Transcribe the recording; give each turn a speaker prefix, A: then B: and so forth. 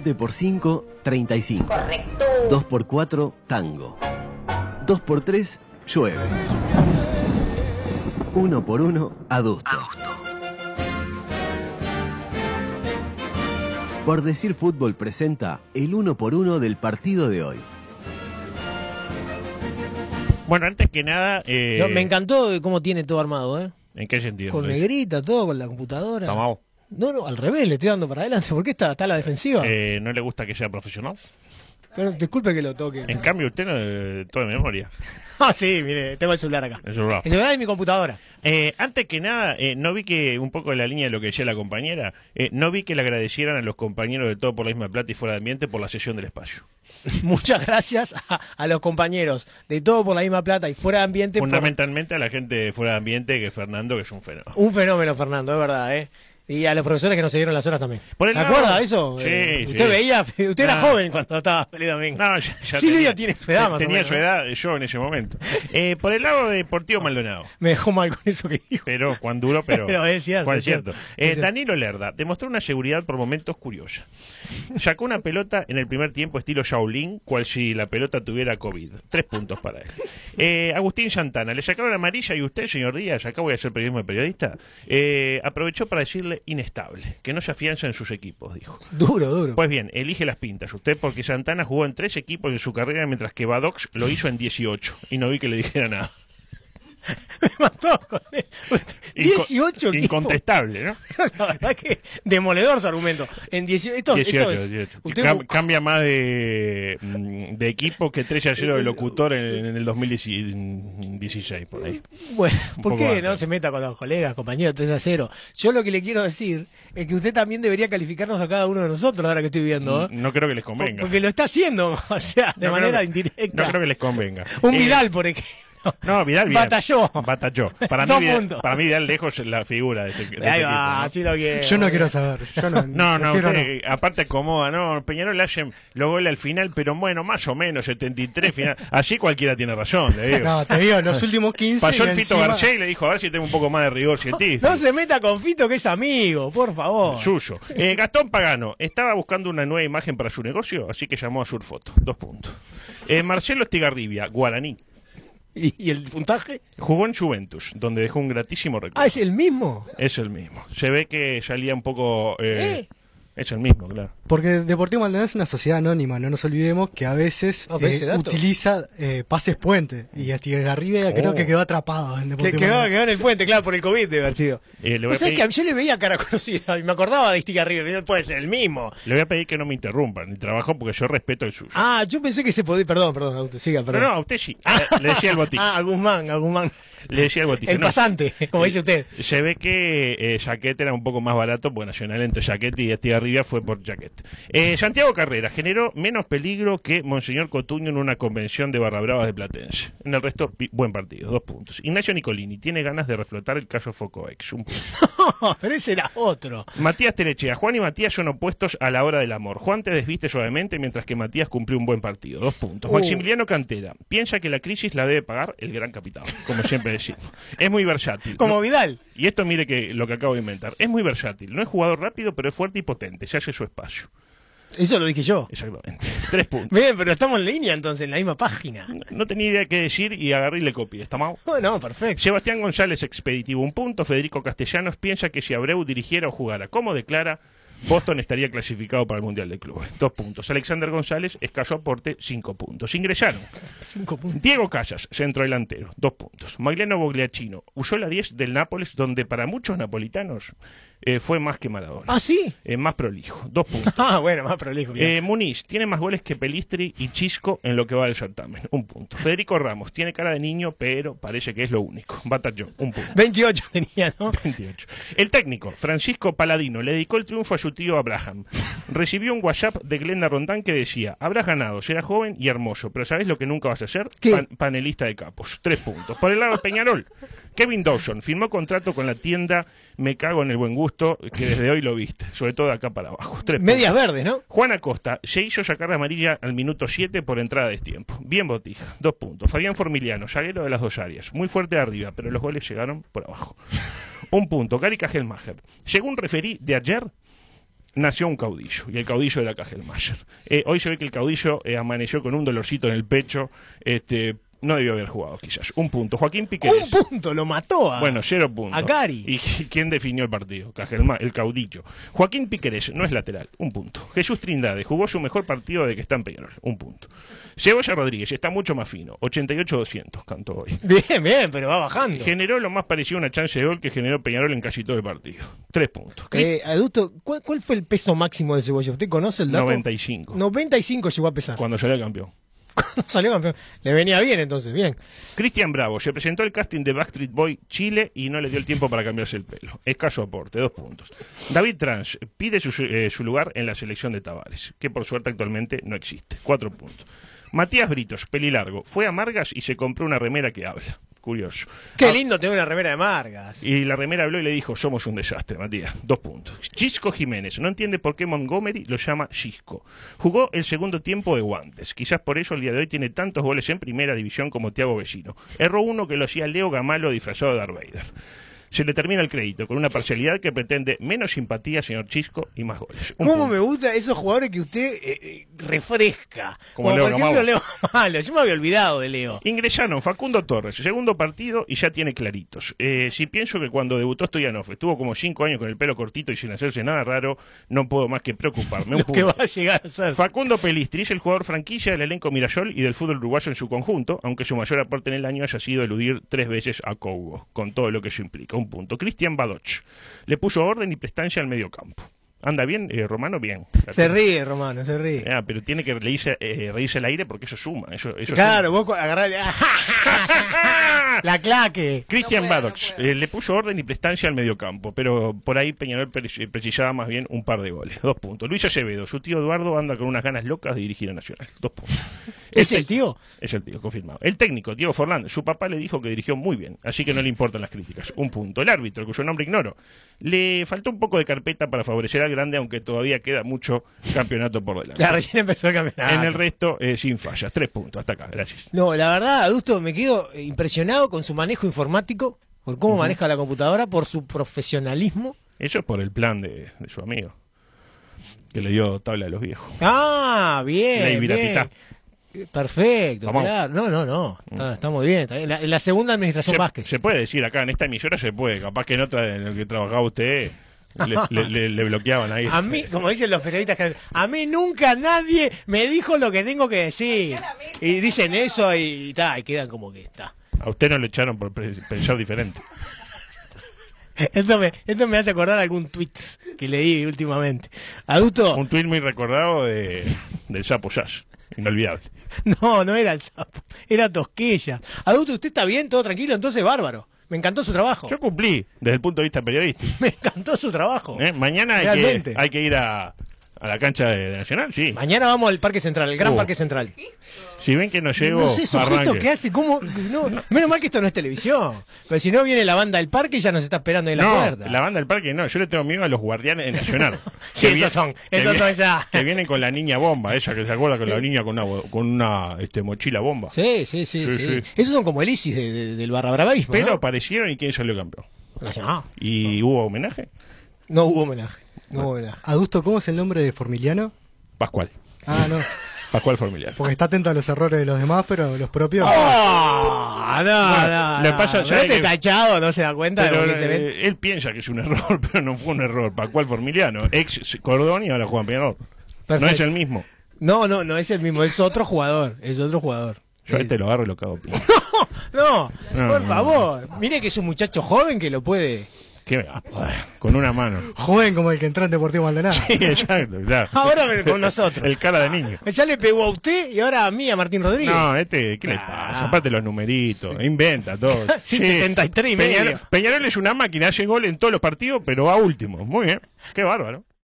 A: 7x5, 35.
B: Correcto.
A: 2x4, tango. 2x3, llueve. 1x1, adusto. Por decir fútbol presenta el 1x1 del partido de hoy.
C: Bueno, antes que nada. eh,
D: No, me encantó cómo tiene todo armado, ¿eh?
C: ¿En qué sentido?
D: Con negrita, todo, con la computadora.
C: Tomao.
D: No, no, al revés, le estoy dando para adelante. ¿Por qué está, está a la defensiva?
C: Eh, ¿No le gusta que sea profesional?
D: Bueno, disculpe que lo toque.
C: En cambio, usted no, eh, todo de memoria.
D: Ah, sí, mire, tengo el celular acá.
C: El celular.
D: El celular y mi computadora.
C: Eh, antes que nada, eh, no vi que, un poco en la línea de lo que decía la compañera, eh, no vi que le agradecieran a los compañeros de todo por la misma plata y fuera de ambiente por la sesión del espacio.
D: Muchas gracias a, a los compañeros de todo por la misma plata y fuera de ambiente. por-
C: Fundamentalmente a la gente de fuera de ambiente, que Fernando, que es un fenómeno.
D: Un fenómeno, Fernando, es verdad, ¿eh? Y a los profesores que nos dieron las horas también.
C: Por el
D: ¿Te
C: lado-
D: acuerdas de eso?
C: Sí,
D: Eh,
C: sí.
D: usted veía, usted era
C: Ah.
D: joven cuando estaba feliz domingo.
C: No, ya, ya
D: Silvia tiene su edad, más o
C: Tenía
D: menos,
C: su
D: ¿no?
C: edad, yo en ese momento. Eh, por el lado de Deportivo Maldonado.
D: Me dejó mal con eso que dijo.
C: Pero, cuán duro, pero.
D: Pero es cierto,
C: cuán
D: es cierto,
C: cierto.
D: es
C: Eh,
D: cierto.
C: Danilo Lerda demostró una seguridad por momentos curiosa. Sacó una pelota en el primer tiempo estilo Shaolin, cual si la pelota tuviera COVID. Tres puntos para él. Eh, Agustín Santana, le sacaron la amarilla y usted, señor Díaz, acá voy a hacer periodismo de periodista, eh, aprovechó para decirle inestable, que no se afianza en sus equipos, dijo.
D: Duro, duro.
C: Pues bien, elige las pintas usted porque Santana jugó en tres equipos en su carrera mientras que Badox lo hizo en 18 y no vi que le dijera nada.
D: Me mató con él.
C: Inco-
D: 18 equipos.
C: Incontestable, ¿no?
D: La verdad que demoledor su argumento. En 18, esto, esto
C: 18,
D: es-
C: 18.
D: usted
C: Cam-
D: bu-
C: cambia más de, mm, de equipo que 3 a
D: Eh,
C: 0 de locutor en, en el 2016, por ahí.
D: bueno,
C: un
D: ¿por
C: poco
D: qué
C: antes.
D: no se meta con los colegas, compañeros, 3 a 0? Yo lo que le quiero decir es que usted también debería calificarnos a cada uno de nosotros ahora que estoy viendo. ¿eh?
C: Mm, No creo que les
D: Por-
C: convenga.
D: Porque lo está haciendo, o sea, de
C: No
D: manera
C: creo que-
D: indirecta.
C: No creo que les convenga.
D: Un
C: Eh,
D: Vidal, por ejemplo.
C: No, Vidal bien.
D: Batalló.
C: Batalló. Para mí,
D: Dos
C: Vidal,
D: puntos.
C: para mí Vidal lejos es la figura de este, de este
D: Ahí
C: equipo,
D: va,
C: ¿no?
D: así lo quiero.
E: Yo no quiero saber. Yo no,
C: No, no,
E: prefiero
C: usted, eh, aparte acomoda, no, Peñarol le hacen los goles al final, pero bueno, más o menos, 73 final. Así cualquiera tiene razón, le digo.
E: No, te digo, los últimos 15.
C: Pasó
E: y
C: el Fito
E: encima-
C: García y le dijo, a ver si tengo un poco más de rigor científico.
D: No se meta con Fito, que es amigo, por favor.
C: Suyo. Eh, Gastón Pagano estaba buscando una nueva imagen para su negocio, así que llamó a Surfoto. Dos puntos. Eh, Marcelo Estigarribia, guaraní.
D: ¿Y, y el puntaje?
C: Jugó en Juventus, donde dejó un gratísimo récord.
D: Ah, es el mismo.
C: Es el mismo. Se ve que salía un poco. eh, Es el mismo, claro.
E: Porque Deportivo Maldonado es una sociedad anónima, no nos olvidemos que a veces
D: Ah, pero ese
E: eh,
D: dato.
E: utiliza eh, pases puente. Y Estigarribia
C: Oh.
E: creo que quedó atrapado en
D: Que
E: Deportivo
D: quedó,
E: Maldonado.
D: quedó en el puente, claro, por el COVID debe haber sido.
C: Eh, le voy
D: ¿Vos
C: a
D: sabés
C: pedir-
D: que a- yo le veía cara conocida y me acordaba de Stick River, pero puede ser el mismo.
C: Le voy a pedir que no me interrumpan el trabajo porque yo respeto el suyo.
D: Ah, yo pensé que se podía. Perdón, perdón, auto, siga,
C: no,
D: perdón.
C: no, a usted sí. Eh, Le decía el botijo.
D: Ah, a Guzmán, a Guzmán.
C: Le decía el botijo.
D: El
C: no.
D: pasante, como
C: Eh,
D: dice usted.
C: Se ve que eh, Jaquet era un poco más barato, porque Nacional entre Jaquet y Estigarribia fue por Jaquet. Eh, Santiago Carrera generó menos peligro que Monseñor Cotuño en una convención de Barra Brava de Platense. En el resto, pi- buen partido, dos puntos. Ignacio Nicolini tiene ganas de reflotar el caso Focoex, un punto.
D: pero ese era otro.
C: Matías Terechea, Juan y Matías son opuestos a la hora del amor. Juan te desviste suavemente mientras que Matías cumplió un buen partido. Dos puntos.
D: Uh.
C: Maximiliano Cantera piensa que la crisis la debe pagar el gran capital, como siempre decimos. Es muy versátil.
D: Como
C: No-
D: Vidal.
C: y esto mire que lo que acabo de inventar. Es muy versátil. No es jugador rápido, pero es fuerte y potente. Se hace su espacio.
D: Eso lo dije yo.
C: Exactamente. Tres puntos.
D: Bien, pero estamos en línea entonces, en la misma página.
C: No tenía idea qué decir y agarré y le copié. ¿Está mal?
D: No, no, perfecto.
C: Sebastián González, expeditivo un punto. Federico Castellanos piensa que si Abreu dirigiera o jugara como declara, Boston estaría clasificado para el Mundial de Clubes. Dos puntos. Alexander González, escaso aporte, cinco puntos. Ingresaron
D: Cinco puntos.
C: Diego Casas, centro delantero, dos puntos. Magliano Bogliachino usó la 10 del Nápoles, donde para muchos napolitanos eh, fue más que Maradona.
D: Ah, sí.
C: Eh, más prolijo, dos puntos.
D: Ah, bueno, más prolijo.
C: Eh, Muniz tiene más goles que Pelistri y Chisco en lo que va del certamen, un punto. Federico Ramos tiene cara de niño, pero parece que es lo único. Batallón, un punto.
D: 28 tenía, ¿no?
C: 28. El técnico, Francisco Paladino, le dedicó el triunfo a su tío Abraham. Recibió un WhatsApp de Glenda Rondán que decía, habrás ganado, serás joven y hermoso, pero ¿sabés lo que nunca vas a ser?
D: ¿Qué?
C: Pan- panelista de capos. Tres puntos. Por el lado de Peñarol, Kevin Dawson firmó contrato con la tienda Me Cago en el Buen Gusto, que desde hoy lo viste, sobre todo de acá para abajo. Tres puntos.
D: Medias verdes, ¿no?
C: Juan Acosta se hizo sacar la amarilla al minuto 7 por entrada de tiempo. Bien botija, dos puntos. Fabián Formiliano, zaguero de las dos áreas. Muy fuerte de arriba, pero los goles llegaron por abajo. Un punto, Gary Kajelmacher. Según referí de ayer, nació un caudillo, y el caudillo era Cajelmayer. Eh, hoy se ve que el caudillo eh, amaneció con un dolorcito en el pecho, este, no debió haber jugado quizás. Un punto. Joaquín Piqueres.
D: Un punto, lo mató. A...
C: Bueno, cero puntos.
D: A Gary.
C: ¿Y qui- quién definió el partido? Cajelma, el caudillo. Joaquín Piquerés no es lateral, un punto. Jesús Trindade jugó su mejor partido de que está en Peñarol, un punto. Cebolla Rodríguez está mucho más fino, 88-200, cantó hoy.
D: Bien, bien, pero va bajando.
C: Generó lo más parecido a una chance de gol que generó Peñarol en casi todo el partido. Tres puntos. Cri-
D: Eh, adulto, ¿cuál, cuál fue el peso máximo de Cebolla? ¿Usted conoce el dato?
C: 95.
D: 95 llegó a pesar.
C: Cuando salió campeón.
D: Cuando salió campeón. Le venía bien entonces, bien.
C: Cristian Bravo se presentó al casting de Backstreet Boy Chile y no le dio el tiempo para cambiarse el pelo. Escaso aporte, dos puntos. David Trans pide su, eh, su lugar en la selección de Tavares, que por suerte actualmente no existe. Cuatro puntos. Matías Britos, pelilargo, fue a Margas y se compró una remera que habla. Curioso.
D: Qué
C: Ah,
D: lindo tener una remera de Margas.
C: y la remera habló y le dijo, somos un desastre, Matías. Dos puntos. Chisco Jiménez, no entiende por qué Montgomery lo llama Chisco. Jugó el segundo tiempo de guantes. Quizás por eso el día de hoy tiene tantos goles en primera división como Tiago Vecino. Erró uno que lo hacía Leo Gamalo disfrazado de Darth Vader. Se le termina el crédito con una parcialidad que pretende menos simpatía, señor Chisco, y más goles. Un
D: ¿Cómo
C: punto.
D: me gustan esos jugadores que usted eh, eh, refresca?
C: Como Leo
D: por ejemplo
C: Gamau.
D: Leo Malo. Yo me había olvidado de Leo.
C: Ingresaron Facundo Torres, segundo partido y ya tiene claritos. Eh, si pienso que cuando debutó Stoyanov estuvo como cinco años con el pelo cortito y sin hacerse nada raro, no puedo más que preocuparme. Un
D: Lo que
C: punto.
D: va a llegar a ser.
C: Facundo Pelistri es el jugador franquicia del elenco Mirasol y del fútbol uruguayo en su conjunto, aunque su mayor aporte en el año haya sido eludir tres veces a Congo, con todo lo que eso implica. Un punto. Cristian Badoch le puso orden y prestancia al mediocampo. ¿Anda bien, eh, Romano? Bien.
D: Se ríe, Romano, se ríe.
C: Ah, pero tiene que reírse, eh, reírse al aire porque eso suma. Eso, eso
D: Claro, vos co- agarrás
C: suma. ¡Ah!
D: la claque.
C: Christian
B: No puedo,
C: Maddox
B: no puedo.
C: eh, le puso orden y prestancia al mediocampo, pero por ahí Peñarol pre- eh, precisaba más bien un par de goles. Dos puntos. Luis Acevedo, su tío Eduardo anda con unas ganas locas de dirigir a Nacional. Dos puntos.
D: ¿Es
C: Este-
D: el tío?
C: Es el tío, confirmado. El técnico, Diego Forlán, su papá le dijo que dirigió muy bien, así que no le importan las críticas. Un punto. El árbitro, cuyo nombre ignoro, le faltó un poco de carpeta para favorecer al grande, aunque todavía queda mucho campeonato por delante.
D: La recién empezó el campeonato.
C: En el resto, eh, sin fallas. Tres puntos. Hasta acá. Gracias.
D: No, la verdad, Adusto, me quedo impresionado con su manejo informático, por cómo maneja la computadora, por su profesionalismo.
C: Eso es por el plan de, de su amigo, que le dio tabla a los viejos.
D: Ah, bien.
C: Ley
D: bien.
C: Viratitá.
D: Perfecto,
C: Vamos.
D: claro. No, no, no. Está, está muy bien. está bien. La, la segunda administración
C: se,
D: Vázquez.
C: se puede decir acá, en esta emisora se puede. Capaz que en otra de lo que trabajaba usted le, le- le- le bloqueaban ahí.
D: A mí, como dicen los periodistas, que- a mí nunca nadie me dijo lo que tengo que decir. Y dicen eso y, y ta, y quedan como que está.
C: A usted no lo echaron por pre- pensar diferente.
D: Esto me, esto me hace acordar algún tweet que leí últimamente. Adusto,
C: Un tuit muy recordado de, del Sapo Sash. Inolvidable.
D: no, no era el sapo, era Tosquilla. Adusto, usted está bien, todo tranquilo, entonces bárbaro. Me encantó su trabajo.
C: Yo cumplí desde el punto de vista periodístico.
D: Me encantó su trabajo.
C: ¿eh? Mañana hay que,
D: Oh. Realmente.
C: hay que ir a, a la cancha de, de Nacional, sí.
D: Mañana vamos al Parque Central, el Gran
C: Oh.
D: Parque Central.
C: Si ven que no llego,
D: No sé, sujeto
C: arranque.
D: que hace, ¿cómo? No, menos mal que esto no es televisión. Pero si no viene la banda del parque y ya nos está esperando ahí en la
C: no,
D: puerta.
C: la banda del parque no, yo le tengo miedo a los guardianes de Nacional. Que
D: Sí, esos
C: vie-
D: son,
C: que
D: esos
C: vie-
D: son ya.
C: Que vienen con la niña bomba, ella que se acuerda con la niña con una, bo- con una este, mochila bomba.
D: Sí, sí, sí,
C: Sí,
D: sí,
C: sí.
D: Esos son como el ISIS de- de- del barra bravaísmo,
C: Pero
D: ¿no?
C: aparecieron y quién salió campeón.
D: No,
C: ¿Y hubo homenaje?
D: no hubo homenaje. No hubo homenaje.
E: Adusto, ¿cómo es el nombre de Formiliano?
C: Pascual.
E: Ah, no.
C: Pascual Formiliano.
E: Porque está atento a los errores de los demás, pero los propios.
D: ¡Ah! no, no,
C: le
D: no.
C: pasa
D: Pero
C: ya
D: este
C: que-
D: tachado no se da cuenta de
C: Pero,
D: lo que se ve.
C: eh, él piensa que es un error, pero no fue un error. Pascual Formiliano, ex Cordón y ahora Juan Peñarol. No
D: Perfecto.
C: es el mismo.
D: No, no, no es el mismo, es otro jugador, es otro jugador.
C: Yo a
D: Eh,
C: este lo agarro y lo cago. a piña.
D: No,
C: No,
D: por
C: no,
D: favor. Mire que es un muchacho joven que lo puede.
C: ¿Qué me va a poder? Con una mano.
E: Joven como el que entró en Deportivo Maldonado.
C: Sí, exacto, claro.
D: Ahora ven con nosotros.
C: El cara de niño.
D: Ya le pegó a usted y ahora a mí, a Martín Rodríguez.
C: No, este, ¿qué le
D: Ah.
C: pasa? Aparte los numeritos, inventa todo.
D: Sí, 73 y medio.
C: Peñarol, Peñarol es una máquina, hace gol en todos los partidos, pero va último. Muy bien, qué bárbaro.